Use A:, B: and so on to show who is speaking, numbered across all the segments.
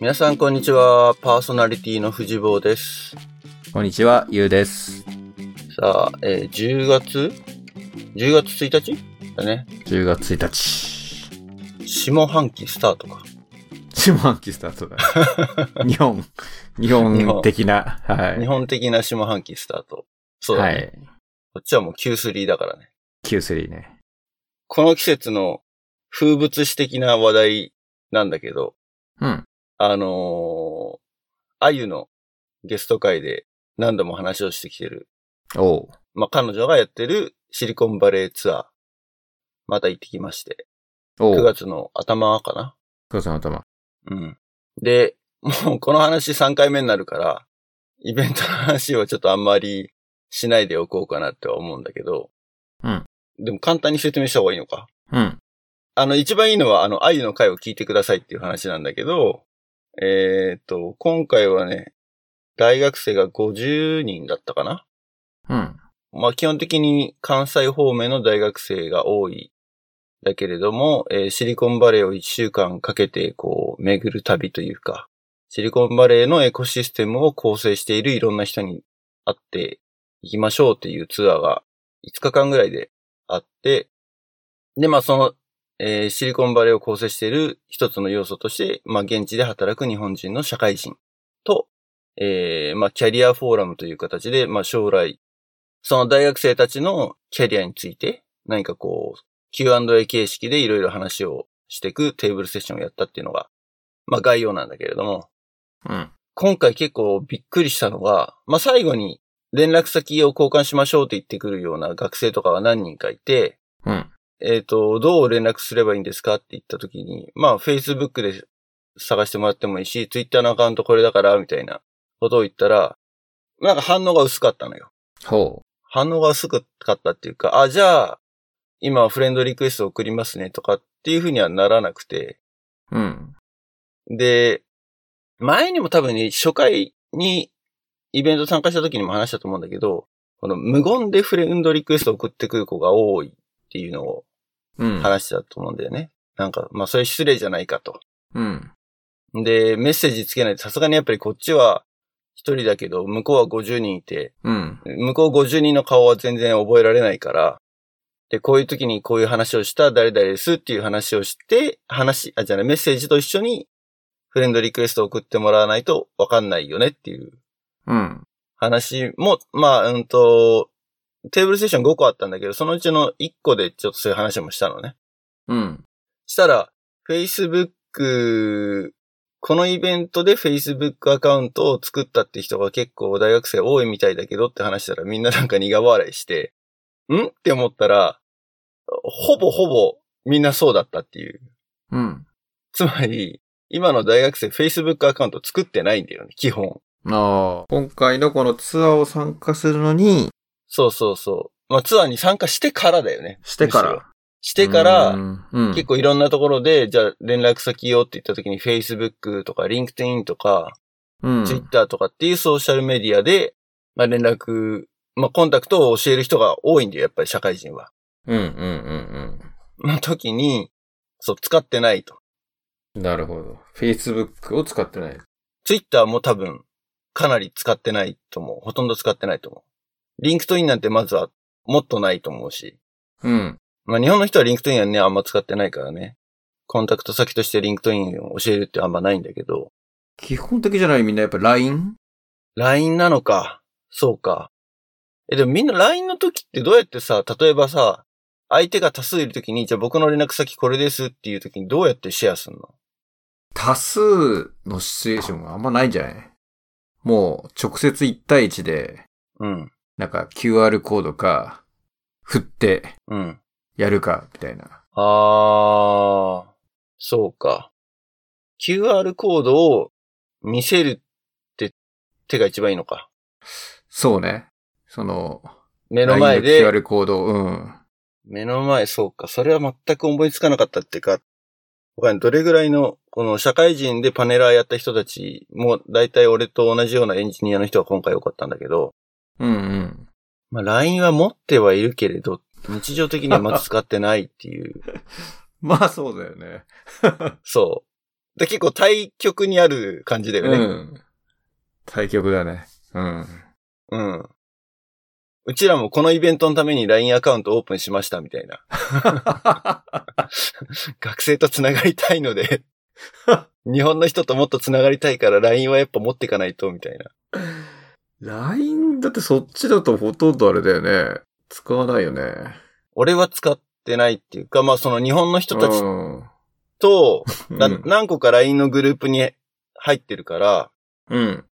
A: 皆さん、こんにちは。パーソナリティの藤坊です。
B: こんにちは、ゆうです。
A: さあ、えー10月 ?10 月1日だね。
B: 10月1日。
A: 下半期スタートか。
B: 下半期スタートだ。 日本、日本的な、はい。
A: 日本的な下半期スタート。そうだ
B: は
A: ね。
B: い。
A: こっちはもう Q3 だからね。
B: Q3 ね。
A: この季節の風物詩的な話題なんだけど、
B: うん。
A: あのー、あゆのゲスト会で何度も話をしてきてる
B: おう。
A: まあ、彼女がやってるシリコンバレーツアー。また行ってきまして。
B: おう。
A: 9月の頭かな
B: 9月の頭。
A: うん。で、 もうこの話3回目になるから、イベントの話はちょっとあんまりしないでおこうかなっては思うんだけど。
B: うん。
A: でも簡単に説明した方がいいのか。
B: うん。
A: あの、一番いいのは、あの、あゆの回を聞いてくださいっていう話なんだけど、えーっと、今回はね、大学生が50人だったかな
B: うん。
A: まあ、基本的に関西方面の大学生が多い。だけれども、えーシリコンバレーを一週間かけて、こう、巡る旅というか、シリコンバレーのエコシステムを構成しているいろんな人に会っていきましょうっていうツアーが5日間ぐらいであって、で、まあ、その、えーシリコンバレーを構成している一つの要素として、まあ、現地で働く日本人の社会人と、えーまあ、キャリアフォーラムという形で、まあ、将来、その大学生たちのキャリアについて、何かこう、Q&A 形式でいろいろ話をしていくテーブルセッションをやったっていうのが、まあ概要なんだけれども、
B: うん。
A: 今回結構びっくりしたのが、まあ最後に連絡先を交換しましょうって言ってくるような学生とかが何人かいて、
B: うん。
A: えっ、と、どう連絡すればいいんですかって言った時に、まあ、Facebook で探してもらってもいいし、Twitter のアカウントこれだから、みたいなことを言ったら、なんか反応が薄かったのよ。
B: ほ
A: 反応が薄かったっていうか、あ、じゃあ、今フレンドリクエスト送りますねとかっていうふうにはならなくて。
B: う。うん。
A: で、前にも多分ね、初回にイベント参加した時にも話したと思うんだけど、この無言でフレンドリクエスト送ってくる子が多いっていうのを
B: うん。
A: 話したと思うんだよね。なんか、まあそれ失礼じゃないかと。
B: うん。
A: で、メッセージつけないとさすがにやっぱりこっちは一人だけど、向こうは50人いて、
B: うん。
A: 向こう50人の顔は全然覚えられないから、で、こういう時にこういう話をした誰々ですっていう話をして、話、あ、じゃない、メッセージと一緒にフレンドリクエストを送ってもらわないとわかんないよねっていう
B: うん。
A: 話も、まあ、うんと、テーブルセッション5個あったんだけど、そのうちの1個でちょっとそういう話もしたのね。
B: うん。
A: したら、Facebook、このイベントで Facebook アカウントを作ったって人が結構大学生多いみたいだけどって話したらみんななんか苦笑いして、んって思ったら、ほぼほぼみんなそうだったっていう。
B: うん。
A: つまり、今の大学生 Facebook アカウント作ってないんだよね、基本。
B: ああ。今回のこのツアーを参加するのに、
A: そうそうそう。まあツアーに参加してからだよね。
B: してか
A: むしろ
B: ら。
A: してから、
B: うん。うん
A: 結構いろんなところで、じゃあ連絡先をって言った時に Facebook とか LinkedIn とか、
B: うん。
A: ツイッターとかっていうソーシャルメディアで、まあ、連絡、まあ、コンタクトを教える人が多いんだよ、やっぱり社会人は。
B: うんうんうん
A: の時に、そう、使ってないと。
B: うん。なるほど。Facebook を使ってない。
A: ツイッターも多分、かなり使ってないと思う。ほとんど使ってないと思う。リンクトインなんてまずは、もっとないと思うし。
B: うん。
A: まあ、日本の人はリンクトインはね、あんま使ってないからね。コンタクト先としてリンクトインを教えるってあんまないんだけど。
B: 基本的じゃないみんなやっぱ LINE?
A: LINE なのか。そうか。え、でもみんな LINE の時ってどうやってさ、例えばさ、相手が多数いる時に、じゃあ僕の連絡先これですっていう時にどうやってシェアすんの
B: 多数のシチュエーションがあんまないんじゃないもう直接1対1で、
A: うん。
B: なんか QR コードか、振って
A: うん。
B: やるか、みたいな。
A: あー、そうか。QR コードを見せるって手が一番いいのか。
B: そうね。その、
A: 目の前
B: LINE の
A: で、
B: QR コード、うん。
A: 目の前、そうか。それは全く思いつかなかったっていうか、他にどれぐらいの、この社会人でパネラーやった人たちも、だいたい俺と同じようなエンジニアの人が今回多かったんだけど、
B: うんうん。
A: まあ、LINE は持ってはいるけれど、日常的にはまず使ってないっていう。
B: まあそうだよね。
A: そう。で結構対極にある感じだよ
B: う
A: ね。
B: ん。対局だね。うん。
A: うん。うちらもこのイベントのために LINE アカウントオープンしましたみたい な。学生と繋がりたいので、日本の人ともっと繋がりたいから LINE はやっぱ持ってかないとみたいな。
B: LINE だってそっちだとほとんどあれだよね。使わないよね。
A: 俺は使ってないっていうか、まあその日本の人たち
B: うん
A: と、な
B: うん
A: 何個か LINE のグループに入ってるから、
B: うん。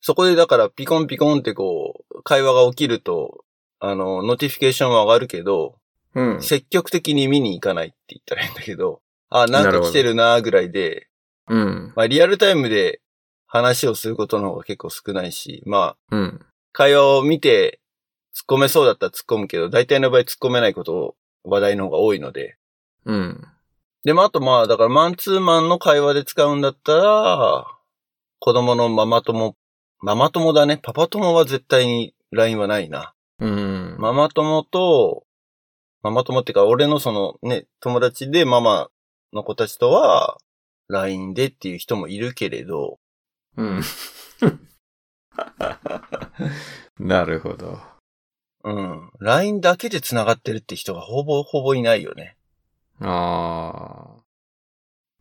A: そこでだからピコンピコンってこう、会話が起きると、あの、ノティフィケーションは上がるけど、
B: うん。
A: 積極的に見に行かないって言ったらいいんだけど、あ、なん
B: なる
A: か
B: ほど
A: 来てるなぐらいで、
B: うん。
A: まあリアルタイムで話をすることの方が結構少ないし、まあ、
B: うん。
A: 会話を見て突っ込めそうだったら突っ込むけど、大体の場合突っ込めないことを話題の方が多いので。
B: うん。
A: でもあとまあ、だからマンツーマンの会話で使うんだったら、子供のママ友、ママ友だね。パパ友は絶対に LINE はないな。
B: うん。
A: ママ友と、ママ友ってか、俺のそのね、友達でママの子たちとは、LINE でっていう人もいるけれど、
B: うん。なるほど。
A: うん。LINE だけで繋がってるって人がほぼほぼいないよね。
B: あ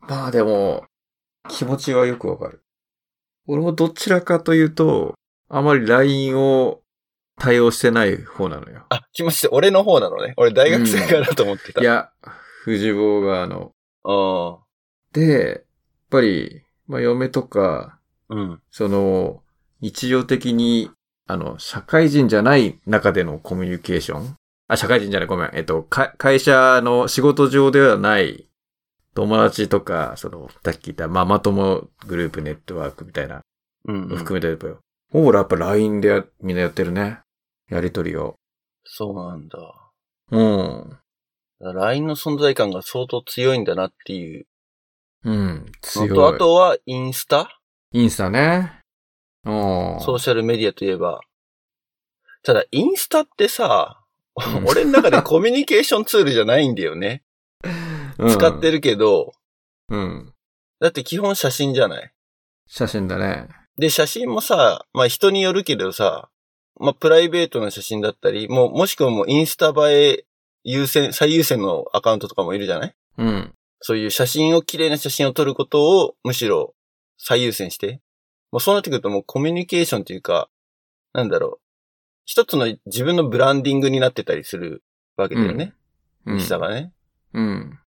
B: あ。まあでも、気持ちはよくわかる。俺もどちらかというと、あまり LINE を対応してない方なのよ。
A: あ、気持ち、俺の方なのね。俺大学生からだと思ってた。
B: いや、藤坊があの、
A: うん。
B: で、やっぱり、まあ嫁とか、
A: うん。
B: その、日常的に、あの、社会人じゃない中でのコミュニケーションあ、社会人じゃない、ごめん。えっと、か会社の仕事上ではない友達とか、その、さっき言ったママ友グループネットワークみたいな
A: うん、
B: の含めてやっぱよ。ほら、やっぱ LINE でやみんなやってるね。やりとりを。
A: そうなんだ。
B: うん。
A: LINE の存在感が相当強いんだなっていう
B: うん。
A: のと、
B: 強い。
A: あとはインスタ
B: インスタね。うん。
A: ソーシャルメディアといえば。ただ、インスタってさ
B: う、ん
A: 俺の中でコミュニケーションツールじゃないんだよね。
B: うん
A: 使って。るけど、
B: うん。
A: だって基本写真じゃない。
B: 写真だね。
A: で、写真もさ、まあ人によるけどさ、まあプライベートの写真だったり、もう、もしくはもうインスタ映え優先、最優先のアカウントとかもいるじゃない
B: うん。
A: そういう写真を、綺麗な写真を撮ることをむしろ最優先して。もうそうなってくるともうコミュニケーションというか、なんだろう。一つの自分のブランディングになってたりするわけだよね。
B: うん。
A: 下がね。
B: うん。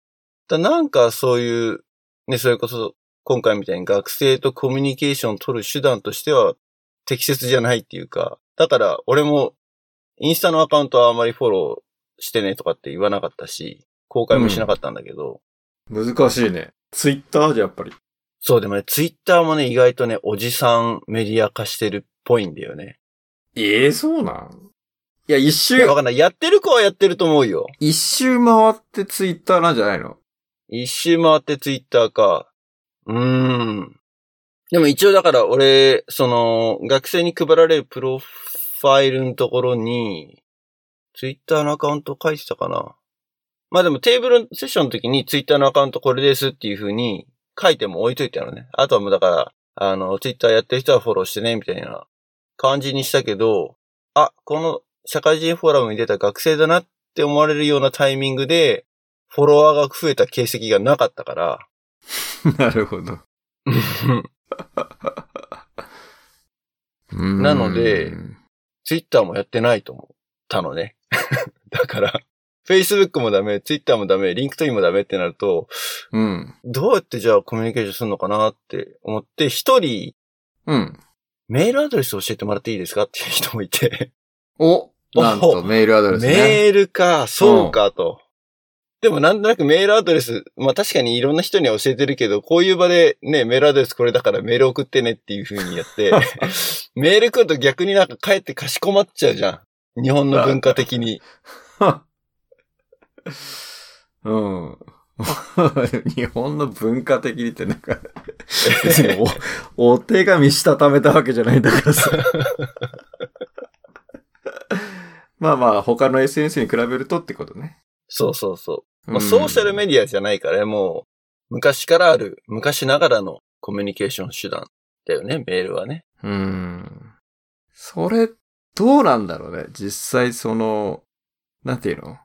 A: だなんかそういう、ね、それこそ今回みたいに学生とコミュニケーションを取る手段としては適切じゃないっていうか、だから俺もインスタのアカウントはあまりフォローしてねとかって言わなかったし、公開もしなかったんだけど、
B: 難しいね。ツイッターじゃやっぱり。
A: そう、でもね、ツイッターもね、意外とね、おじさんメディア化してるっぽいんだよね。
B: ええそうなんいや、一
A: い
B: 周
A: や、わ、かんない。やってる子はやってると思うよ。
B: 一周回ってツイッターなんじゃないの
A: 一周回ってツイッターか。うーん。でも一応だから、俺、その、学生に配られるプロファイルのところに、ツイッターのアカウント書いてたかな。まあでもテーブルセッションの時にツイッターのアカウントこれですっていう風に書いても置いといたのね。あとはもうだから、あの、ツイッターやってる人はフォローしてね、みたいな感じにしたけど、あ、この社会人フォーラムに出た学生だなって思われるようなタイミングで、フォロワーが増えた形跡がなかったから、
B: なるほど。
A: な
B: な
A: ので、ツイッターもやってないと思ったのね。 だから、Facebook もダメ、Twitter もダメ、LinkedIn もダメってなると、
B: うん。
A: どうやってじゃあコミュニケーションするのかなって思って、一人、
B: うん。
A: メールアドレス教えてもらっていいですかっていう人もいて、
B: お、なんとメールアドレスね。
A: メールか、そうかと。でもなんとなくメールアドレス、まあ確かにいろんな人には教えてるけど、こういう場でね、メールアドレスこれだからメール送ってねっていう風にやって、メール来ると逆になんか帰ってかしこまっちゃうじゃん。日本の文化的に。
B: うん。日本の文化的にってなんか、別に お、お手紙したためたわけじゃないんだか らさ。まあまあ、他の SNS に比べるとってことね。
A: そうそうそう。まあソーシャルメディアじゃないからね、も昔からある、昔ながらのコミュニケーション手段だよね、メールはね。
B: うーん。それ、どうなんだろうね。実際その、なんていうの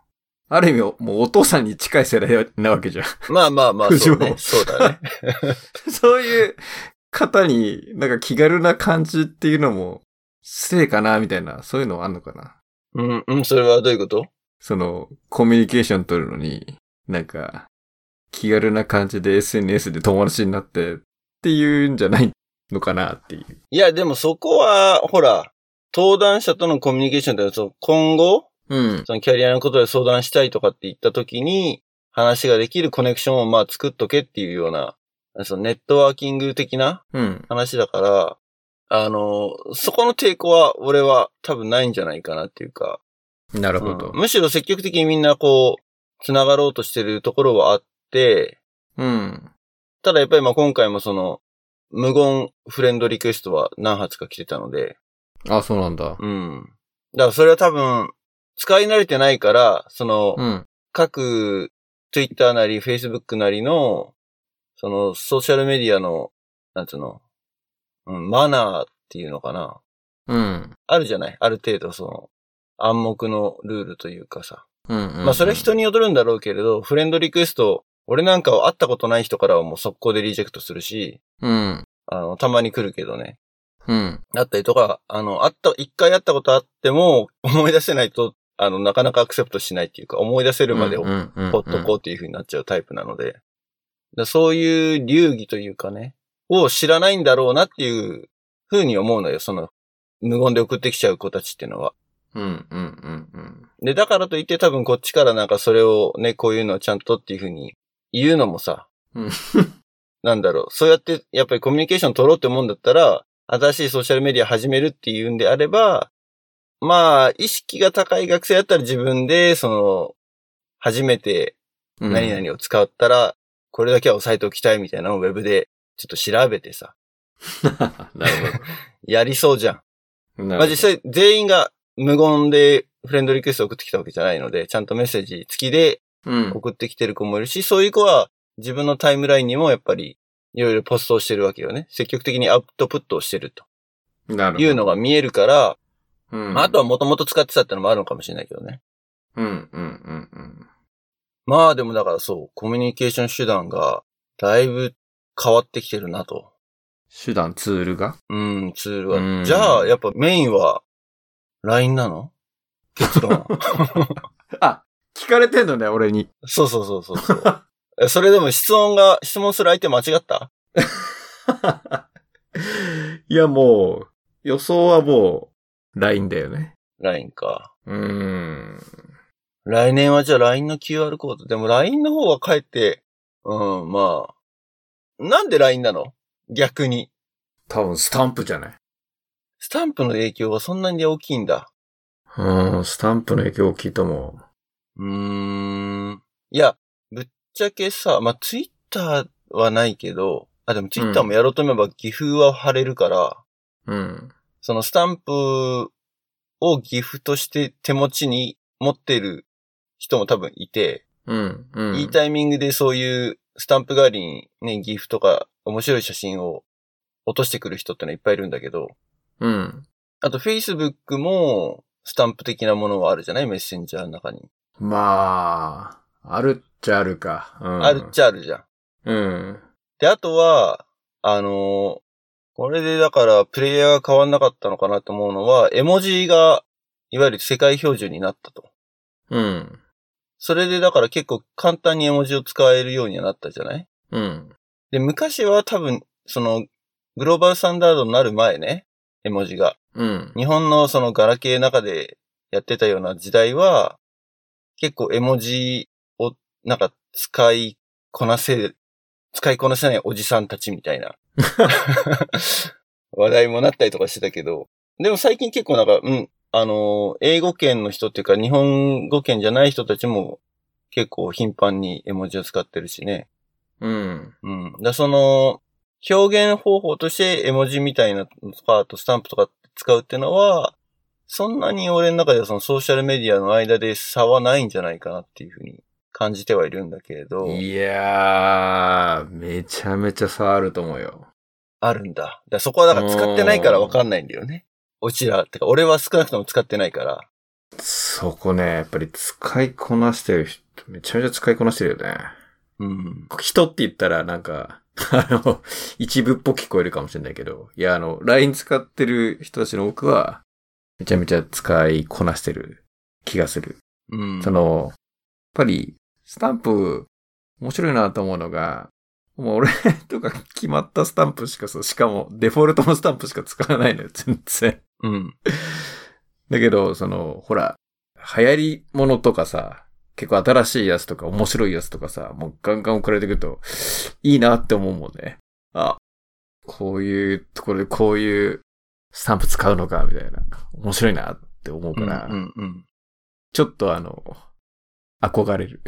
B: ある意味、もうお父さんに近い世代なわけじゃん。
A: まあまあまあ、
B: 苦
A: そ
B: 情
A: うね。そうだね。
B: そういう方に、なんか気軽な感じっていうのも、失礼かな、みたいな、そういうのあんのかな。
A: うん、うん、それはどういうこと
B: その、コミュニケーション取るのに、なんか、気軽な感じで SNS で友達になってっていうんじゃないのかなっていう。
A: いや、でもそこは、ほら、登壇者とのコミュニケーションって、そう今後、
B: うん。
A: そのキャリアのことで相談したいとかって言った時に、話ができるコネクションをまあ作っとけっていうような、そのネットワーキング的な
B: うん。
A: 話だから、あの、そこの抵抗は俺は多分ないんじゃないかなっていうか、
B: なるほど
A: うん。むしろ積極的にみんなこう、繋がろうとしてるところはあって、
B: うん。
A: ただやっぱりまあ今回もその、無言フレンドリクエストは何発か来てたので、
B: あ、そうなんだ。
A: うん。だからそれは多分、使い慣れてないから、その、
B: うん。
A: 各 Twitter なり Facebook なりの、そのソーシャルメディアの、なんつうの、うん、マナーっていうのかな。
B: うん。
A: あるじゃないある程度その、暗黙のルールというかさ。
B: うん。
A: まあそれは人によるんだろうけれど、フレンドリクエスト、俺なんかは会ったことない人からはもう速攻でリジェクトするし、
B: うん。
A: あの、たまに来るけどね。
B: うん。
A: だったりとか、あの、あった、一回会ったことあっても、 思い出せないと、あの、なかなかアクセプトしないっていうか、思い出せるまでほ
B: うんうん
A: っとこうっていう風になっちゃうタイプなので、だからそういう流儀というかね、を知らないんだろうなっていう風に思うのよ、その、無言で送ってきちゃう子たちっていうのは。
B: うんうんうんうん。
A: で、だからといって多分こっちからなんかそれをね、こういうのをちゃんとっていう風に言うのもさ、
B: うん
A: なんだろう、そうやってやっぱりコミュニケーション取ろうって思うんだったら、新しいソーシャルメディア始めるっていうんであれば、まあ、意識が高い学生だったら自分で、その、初めて
B: うん
A: 何々を使ったら、これだけは押さえておきたいみたいなのをウェブでちょっと調べてさ、
B: なる
A: やりそうじゃん。
B: ほど。なるほ
A: ま
B: ど
A: あ実際全員が無言でフレンドリクエストを送ってきたわけじゃないので、ちゃんとメッセージ付きで
B: うん。
A: 送ってきてる子もいるし、そういう子は自分のタイムラインにもやっぱりいろいろポストをしてるわけよね。積極的にアウトプットをしてると
B: なるほど。
A: いうのが見えるから、
B: うん。
A: まああとはもともと使ってたってのもあるのかもしれないけどね。
B: うんうんうんうん。
A: まあでもだからそう、コミュニケーション手段がだいぶ変わってきてるなと。
B: 手段、ツールが
A: うん、ツール
B: う
A: は。
B: ん
A: じゃあやっぱメインは LINE なの結 論。
B: あ、聞かれてんのね、俺に。
A: そうそうそうそうそう。えそれでも質問が、質問する相手間違った
B: いや、もう、予想はもう、LINE だよね。
A: ?LINE か。
B: うーん。
A: 来年はじゃあ LINE の QR コード。でも LINE の方は帰って、うん、まあ。なんで LINE なの逆に。
B: 多分、スタンプじゃない
A: スタンプの影響はそんなに大きいんだ。
B: うーん、スタンプの影響を聞いたも
A: うーん。いや、ぶっちゃけさ、まあ Twitter はないけど、あ、でも Twitter もやろうと思えば岐阜は貼れるから、
B: ん。うん。
A: そのスタンプをギフとして手持ちに持ってる人も多分いて、
B: うん。うん。
A: いいタイミングでそういうスタンプ代わりにね、ギフとか面白い写真を落としてくる人ってのはいっぱいいるんだけど、
B: うん。
A: あと Facebook もスタンプ的なものはあるじゃないメッセンジャーの中に。
B: まあ、あるっちゃあるか。うん。
A: あるっちゃあるじゃん。
B: うん。
A: で、あとは、あのーこれでだからプレイヤーが変わんなかったのかなと思うのは、絵文字がいわゆる世界標準になったと。
B: うん。
A: それでだから結構簡単に絵文字を使えるようにはなったじゃない
B: うん。
A: で、昔は多分、その、グローバルスタンダードになる前ね、絵文字が。
B: うん。
A: 日本のそのガラケーの中でやってたような時代は、結構絵文字をなんか使いこなせ、使いこなせないおじさんたちみたいな、話題もなったりとかしてたけど、でも最近結構なんか、うん、あのー、英語圏の人っていうか日本語圏じゃない人たちも結構頻繁に絵文字を使ってるしね。
B: うん。
A: うん。だその、表現方法として絵文字みたいなのとか、あとスタンプとか使うっていうのは、そんなに俺の中ではそのソーシャルメディアの間で差はないんじゃないかなっていうふうに感じてはいるんだけれど、
B: いやー、めちゃめちゃ差あると思うよ。
A: あるんだ。だからそこはだから使ってないからわかんないんだよね。うちら、てか俺は少なくとも使ってないから。
B: そこね、やっぱり使いこなしてる人、めちゃめちゃ使いこなしてるよね。
A: うん。
B: 人って言ったらなんか、 あの、一部っぽく聞こえるかもしれないけど、いや、あの、LINE 使ってる人たちの多くは、めちゃめちゃ使いこなしてる気がする。
A: うん。
B: その、やっぱり、スタンプ、面白いなと思うのが、もう俺とか決まったスタンプしかそう、しかもデフォルトのスタンプしか使わないのよ、全然。
A: うん。
B: だけど、その、ほら、流行りものとかさ、結構新しいやつとか面白いやつとかさ、もうガンガン送られてくると、いいなって思うもんね。あ、こういうところでこういうスタンプ使うのか、みたいな。面白いなって思う
A: う
B: か
A: ん
B: ら、
A: うん。うん。
B: ちょっとあの、憧れる。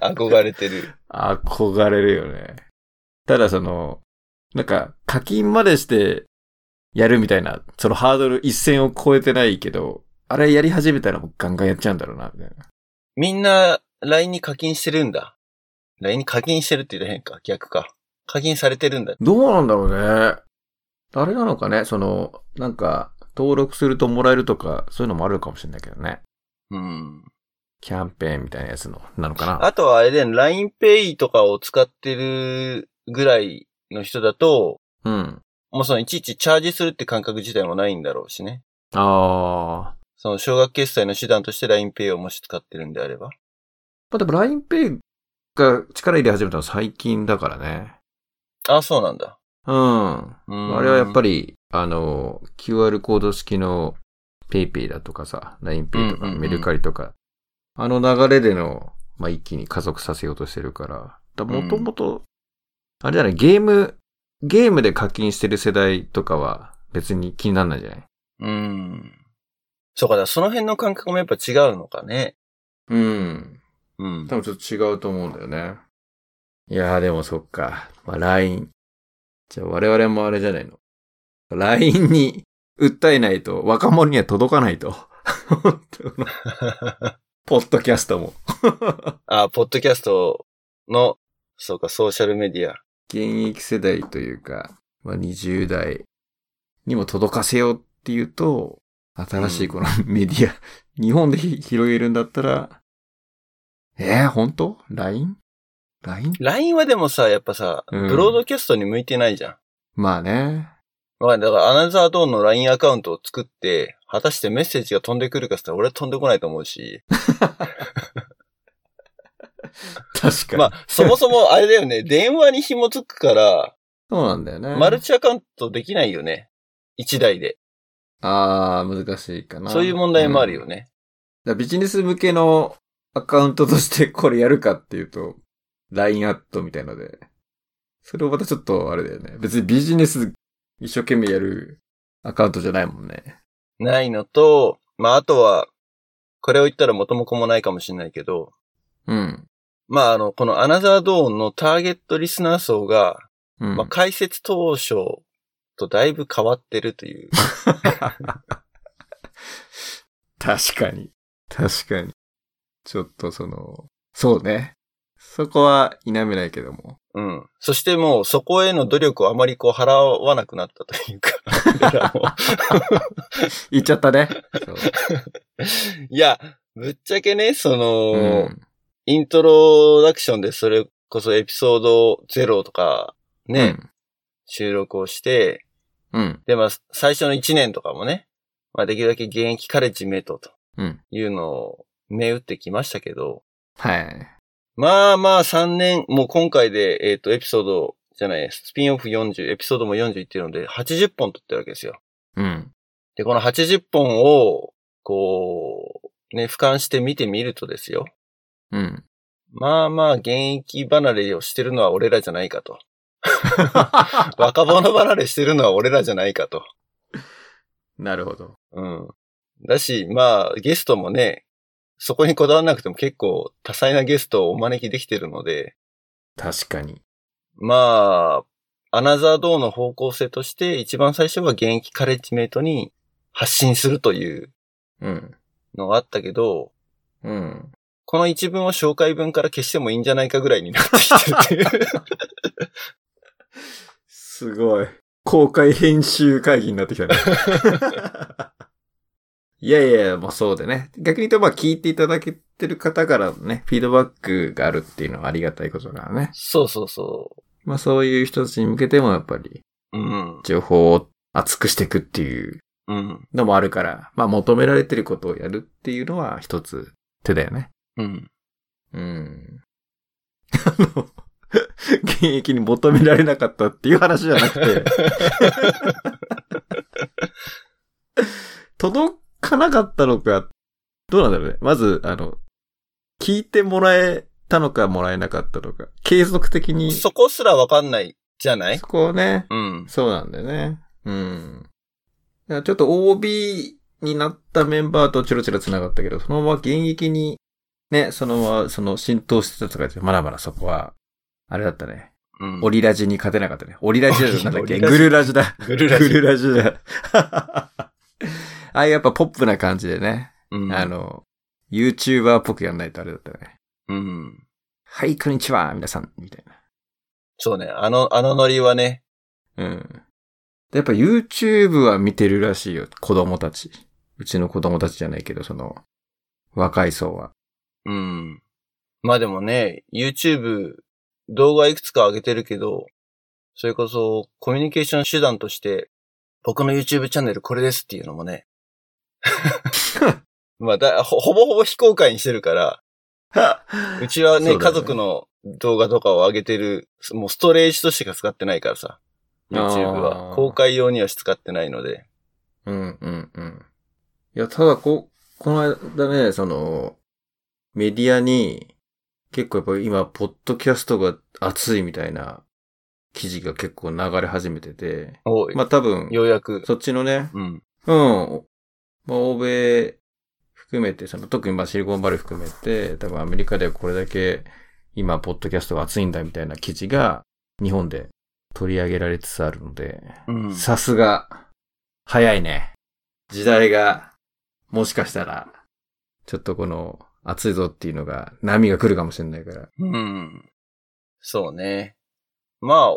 A: 憧れてる。
B: 憧れるよね。ただその、なんか課金までしてやるみたいな、そのハードル一線を超えてないけど、あれやり始めたらもうガンガンやっちゃうんだろうな、みたいな。
A: みんな LINE に課金してるんだ。LINE に課金してるって言ったら変か。逆か。課金されてるんだ。
B: どうなんだろうね。あれなのかね、その、なんか、登録するともらえるとか、そういうのもあるかもしれないけどね。
A: うん。
B: キャンペーンみたいなやつの、なのかな。
A: あとはあれで LINEPay とかを使ってるぐらいの人だと、
B: うん。
A: もうそのいちいちチャージするって感覚自体もないんだろうしね。
B: あー。
A: その小額決済の手段として LINEPay をもし使ってるんであれば。
B: まあ、でも LINEPay が力入れ始めたの最近だからね。
A: あ、そうなんだ。
B: うん。
A: あ
B: あれはやっぱ
A: り、
B: り、あの、QR コード式の PayPay だとかさ、LINEPay と
A: う
B: か
A: んうんうん
B: メルカリとか、あの流れでの、まあ、一気に加速させようとしてるから、だ
A: ん
B: もともと、あれだね、ゲーム、ゲームで課金してる世代とかは別に気にならないじゃない
A: うん。そうか、だからその辺の感覚もやっぱ違うのかね。
B: うん。
A: うん。
B: 多分ちょっと違うと思うんだよね。いやーでもそっか。まあ、LINE。じゃあ我々もあれじゃないの。LINE に訴えないと若者には届かないと。 本当のポッドキャストも。
A: あ、ポッドキャストの、そうか、ソーシャルメディア。
B: 現役世代というか、まあ、20代にも届かせようっていうと、新しいこのメディア、日本でひ広げるんだったら、えー、本当 ?LINE?LINE?
A: LINE はでもさ、やっぱさ、
B: うん
A: ブロードキャストに向いてないじゃん。
B: まあね。
A: まあ、だから、アナザードーンの LINE アカウントを作って、果たしてメッセージが飛んでくるかって言ったら俺は飛んでこないと思うし。
B: 確かに。
A: ま あ、そもそもあれだよね、電話に紐づくから、
B: そうなんだよね。
A: マルチアカウントできないよね。一台で。
B: ああ、難しいかな。
A: そういう問題もあるよ
B: うん。
A: ね。
B: だからビジネス向けのアカウントとしてこれやるかっていうと、LINE アットみたいので。それをまたちょっとあれだよね。別にビジネス一生懸命やるアカウントじゃないもんね。
A: ないのと、まあ、あとは、これを言ったら元も子もないかもしれないけど、
B: うん。
A: まあ、あの、このアナザードーンのターゲットリスナー層が、
B: うん。
A: まあ、解説当初とだいぶ変わってるという。
B: 確かに。確かに。ちょっとその、そうね。そこは否めないけども。
A: うん。そしてもうそこへの努力をあまりこう払わなくなったというか。俺らも
B: 言っちゃったね。そう。
A: いや、ぶっちゃけね、その、
B: うん
A: イントロダクションでそれこそエピソード0とかね、収録をして、
B: うん。
A: で、まあ、最初の1年とかもね、まあ、できるだけ現役カレッジメイトと
B: うん。
A: いうのを銘打ってきましたけど、
B: はい。
A: まあまあ3年、もう今回で、えっ、と、エピソードじゃない、スピンオフ40、エピソードも40いってるので、80本撮ってるわけですよ。
B: うん。
A: で、この80本を、こう、ね、俯瞰して見てみるとですよ。
B: うん。
A: まあまあ、現役離れをしてるのは俺らじゃないかと。若者離れしてるのは俺らじゃないかと。
B: なるほど。
A: うん。だし、まあ、ゲストもね、そこにこだわらなくても結構多彩なゲストをお招きできてるので、
B: 確かに。
A: まあ、アナザードーンの方向性として、一番最初は現役カレッジメイトに発信するという、
B: うん。
A: のがあったけど、
B: うん。
A: この一文を紹介文から消してもいいんじゃないかぐらいになってきてるっていう。
B: すごい。公開編集会議になってきたね。 いやいや、まあそうでね。逆に言うと、まあ聞いていただけてる方からのね、フィードバックがあるっていうのはありがたいことだからね。
A: そうそうそ
B: まあそういう人たちに向けてもやっぱり
A: う。うん。
B: 情報を厚くしていくっていう
A: うん。
B: のもあるから、まあ求められてることをやるっていうのは一つ手だよね。
A: うん。
B: うん。あの、 現役に求められなかったっていう話じゃなくて、届かなかったのか、どうなんだろうね。まず、あの、聞いてもらえたのかもらえなかったのか、継続的に、
A: そこすらわかんないじゃない
B: そこをね、
A: うん。
B: そうなんだよね。うん。だからちょっと OB になったメンバーとチロチロ繋がったけど、そのまま現役に、ね、そのまま、その浸透してたとか言って、まだまだそこは、あれだったね。
A: うん。
B: オリラジに勝てなかったね。オリラジ だ
A: オリ
B: なんだっけ
A: オリ
B: グ
A: ラジ
B: ルラジだ。
A: グルラジ
B: グルラジだ。 ああいうやっぱポップな感じでね。
A: うん、
B: あ、の、YouTuber っぽくやんないとあれだったね。
A: うん。
B: はい、こんにちは、皆さん、みたいな。
A: そうね。あの、あのノリはね。
B: うん。でやっぱ YouTube は見てるらしいよ、子供たち。うちの子供たちじゃないけど、その、若い層は。
A: うん。まあでもね、YouTube 動画いくつか上げてるけど、それこそコミュニケーション手段として、僕の YouTube チャンネルこれですっていうのも ね。まあだほ、ほぼほぼ非公開にしてるから、うちはね
B: そうだよね
A: 家族の動画とかを上げてる、もうストレージとしてしか使ってないからさ。YouTube
B: あ
A: は。
B: ー
A: 公開用には使ってないので。
B: うん、うん、うん。いや、ただこ、この間ね、その、メディアに、結構やっぱり今、ポッドキャストが熱いみたいな記事が結構流れ始めてて、
A: おい、
B: まあ多分、
A: ようやく。
B: そっちのね、
A: うん。
B: うん。まあ、欧米含めて、その特にまあシリコンバレー含めて、多分アメリカではこれだけ今、ポッドキャストが熱いんだみたいな記事が日本で取り上げられつつあるので、
A: うん。
B: さすが、早いね。時代が、もしかしたら、ちょっとこの熱いぞっていうのが、波が来るかもしれないから。
A: うん。そうね。まあ、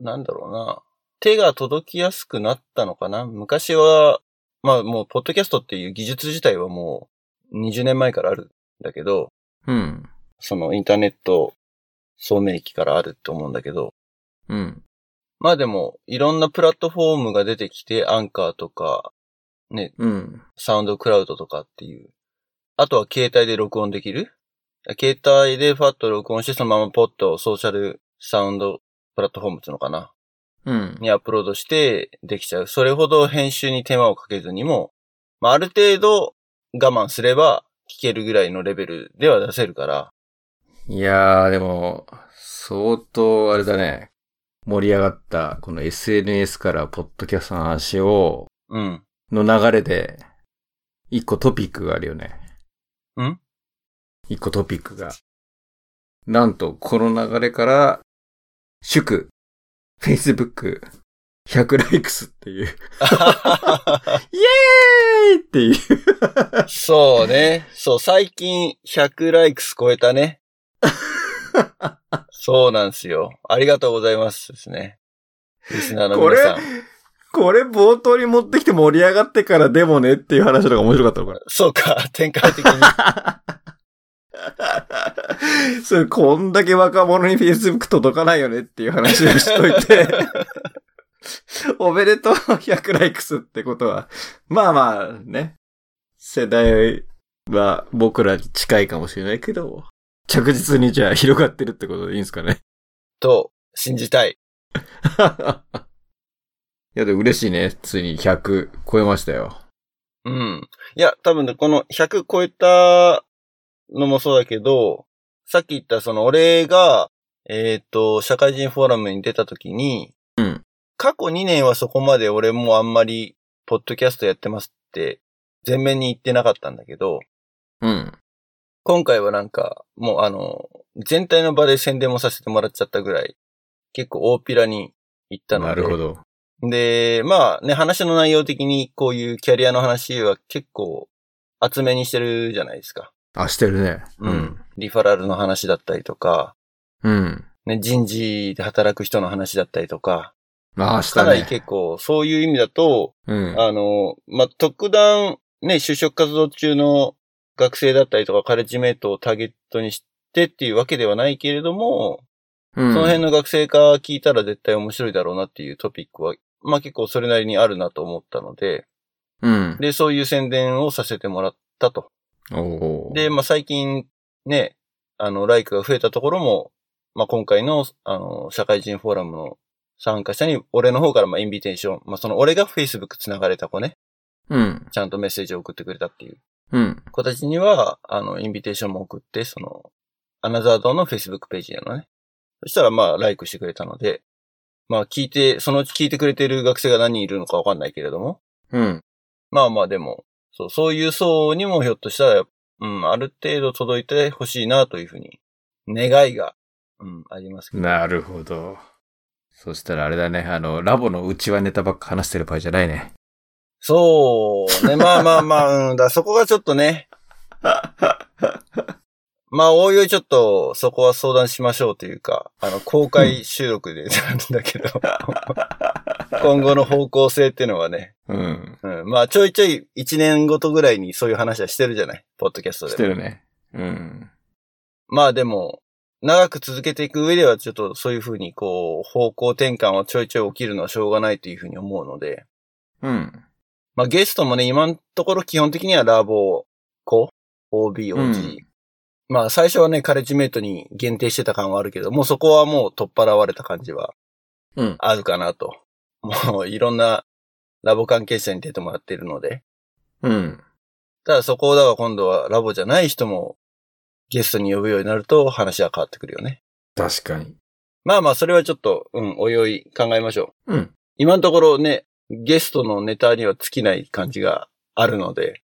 A: なんだろうな。手が届きやすくなったのかな。昔は、まあもう、ポッドキャストっていう技術自体はもう、20年前からあるんだけど、
B: うん。
A: そのインターネット、聡明期からあると思うんだけど、
B: うん。
A: まあでも、いろんなプラットフォームが出てきて、アンカーとか、ね、
B: うん。
A: サウンドクラウドとかっていう。あとは携帯で録音できる携帯でファッと録音してそのままポッとソーシャルサウンドプラットフォームっていうのかな
B: うん。
A: にアップロードしてできちゃう。それほど編集に手間をかけずにも、まあ、ある程度我慢すれば聞けるぐらいのレベルでは出せるから。
B: いやー、でも、相当、あれだね。盛り上がった、この SNS からポッドキャストの話を、
A: うん。
B: の流れで、一個トピックがあるよね。
A: ん
B: 一個トピックが。なんと、この流れから、祝、Facebook、100ライクスっ ていう、イエーイっていう。
A: そうね。そう、最近100ライクス超えた ね。そうなんですよ。ありがとうございますですね。リスナーの
B: こ
A: 皆
B: れ
A: さん。、
B: これ冒頭に持ってきて盛り上がってからでもねっていう話とか面白かったのかな
A: そうか、展開 的に。
B: それ、こんだけ若者に Facebook 届かないよねっていう話をしといて。おめでとう100ライクスってことは、まあまあね、世代は僕らに近いかもしれないけど、着実にじゃあ広がってるってことでいいんですかね。
A: と、信じたい。
B: いやでも嬉しいね。ついに100超えましたよ。
A: うん。いや、多分ね、この100超えたのもそうだけど、さっき言ったその俺が、えっ、と、社会人フォーラムに出た時に、
B: うん
A: 過去2年はそこまで俺もあんまり、ポッドキャストやってますって、前面に言ってなかったんだけど、
B: うん。
A: 今回はなんか、もうあの、全体の場で宣伝もさせてもらっちゃったぐらい、結構大っぴらに行ったので。
B: なるほど。
A: で、まあね、話の内容的にこういうキャリアの話は結構厚めにしてるじゃないですか。
B: あ、してるね。
A: うん。リファラルの話だったりとか、
B: うん。
A: ね、人事で働く人の話だったりとか、
B: まあ、し
A: か
B: た
A: なり
B: ね。
A: 結構、そういう意味だと、
B: うん。
A: あの、まあ、特段、ね、就職活動中の学生だったりとか、カレッジメイトをターゲットにしてっていうわけではないけれども、
B: そ
A: その辺の学生から聞いたら絶対面白いだろうなっていうトピックは、まあ、結構それなりにあるなと思ったので、
B: うん。
A: で、そういう宣伝をさせてもらったと。
B: おー
A: で、まあ、最近、ね、あの、ライクが増えたところも、まあ、今回の、あの、社会人フォーラムの参加者に、俺の方から、まあ、インビテーション、まあ、その、俺が Facebook 繋がれた子ね、
B: うん。
A: ちゃんとメッセージを送ってくれたっていう
B: うん。
A: 子たちには、あの、インビテーションも送って、その、アナザードの Facebook ページやのね。そしたら、まあ、ライクしてくれたので、まあ、聞いて、そのうち聞いてくれてる学生が何人いるのかわかんないけれども、
B: うん。
A: まあまあでも、そう、そういう層にもひょっとしたら、うん、ある程度届いてほしいなというふうに、願いが、うん、ありますけど。
B: なるほど。そしたらあれだね、あの、ラボの内輪ネタばっか話してる場合じゃないね。
A: そう、ね、まあまあまあ、うん、だそこがちょっとね、まあ、おいおいちょっと、そこは相談しましょうというか、あの、公開収録でなんだけど、今後の方向性っていうのはね、
B: うん。
A: うん、まあ、ちょいちょい1年ごとぐらいにそういう話はしてるじゃない、ポッドキャストで
B: し
A: も
B: て。るね。うん。
A: まあでも、長く続けていく上では、ちょっとそういうふうに、こう、方向転換はちょいちょい起きるのはしょうがないというふうに思うので、
B: うん。
A: まあゲストもね、今のところ基本的にはラボ、子、OB、OG、
B: うん
A: まあ最初はね、カレッジメイトに限定してた感はあるけど、もうそこはもう取っ払われた感じは
B: うん。
A: あるかなと。 もういろんなラボ関係者に出てもらっているので、
B: うん。
A: ただそこをだから今度はラボじゃない人もゲストに呼ぶようになると話は変わってくるよね。
B: 確かに。
A: まあまあ、それはちょっと、うん、おいおい考えましょう。
B: うん。
A: 今のところね、ゲストのネタには尽きない感じがあるので、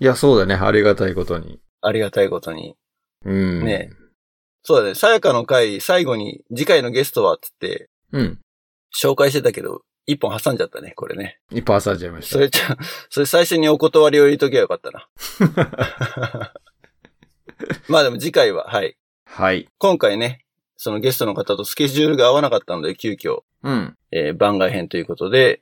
B: いや、そうだね。ありがたいことに。
A: ありがたいことに。
B: うん。
A: ねそうだね、さやかの回、最後に次回のゲストはっつって
B: うん。
A: 紹介してたけど、一本挟んじゃったね、これね。
B: 一歩挟んじゃいました。
A: それちゃ、 それ最初にお断りを入れときゃよかったな。 まあでも次回は、はい。
B: はい。
A: 今回ね、そのゲストの方とスケジュールが合わなかったので、急遽、
B: うん。
A: えー番外編ということで、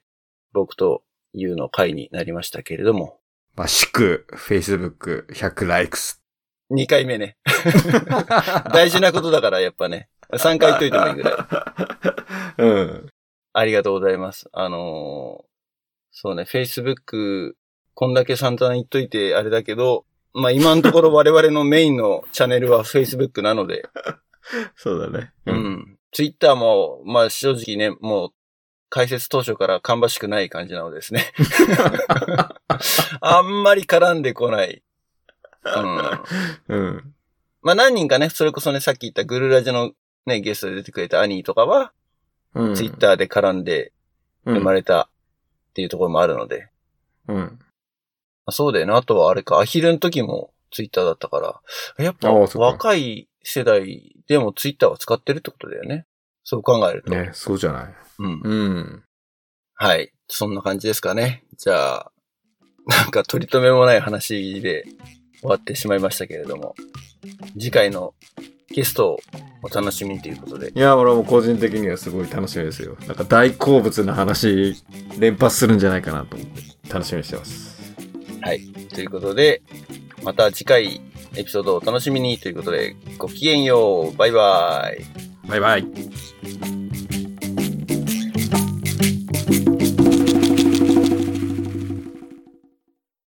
A: 僕と YOU の回になりましたけれども、
B: まあ、祝、Facebook100 likes。
A: 2回目 ね。大事なこと だから、やっぱね。3回といてもいいぐ らい。
B: うん。
A: ありがとうございます。あのーそうね、Facebook、こんだけ散々言っといてあれだけど、まあ今のと ころ我々のメインのチャンネルは Facebook なので、
B: そうだね。
A: う。ん。Twitter も、まあ正直ね、もう、解説当初から芳しくない感じなのです ね。あんまり絡んでこない。うん。
B: うん。
A: まあ何人かね、それこそね、さっき言ったグルラジのね、ゲストで出てくれたアニーとかは、
B: うん。
A: ツイッターで絡んで生まれたっていうところもあるので。
B: うん。
A: まあそうだよな。あとはあれか、アヒルの時もツイッターだったから。やっぱ
B: ああそっか
A: 若い世代でもツイッターは使ってるってことだよね。そう考えると。
B: ね、そうじゃない。
A: うん。
B: うん。
A: はい。そんな感じですかね。じゃあ、なんか取り留めもない話で終わってしまいましたけれども、次回のゲストをお楽しみにということで。
B: いや、俺も個人的にはすごい楽しみですよ。なんか大好物な話、連発するんじゃないかなと思って、楽しみにしてます。
A: はい。ということで、また次回エピソードをお楽しみにということで、ごきげんよう。バイバイ。
B: バイバイ。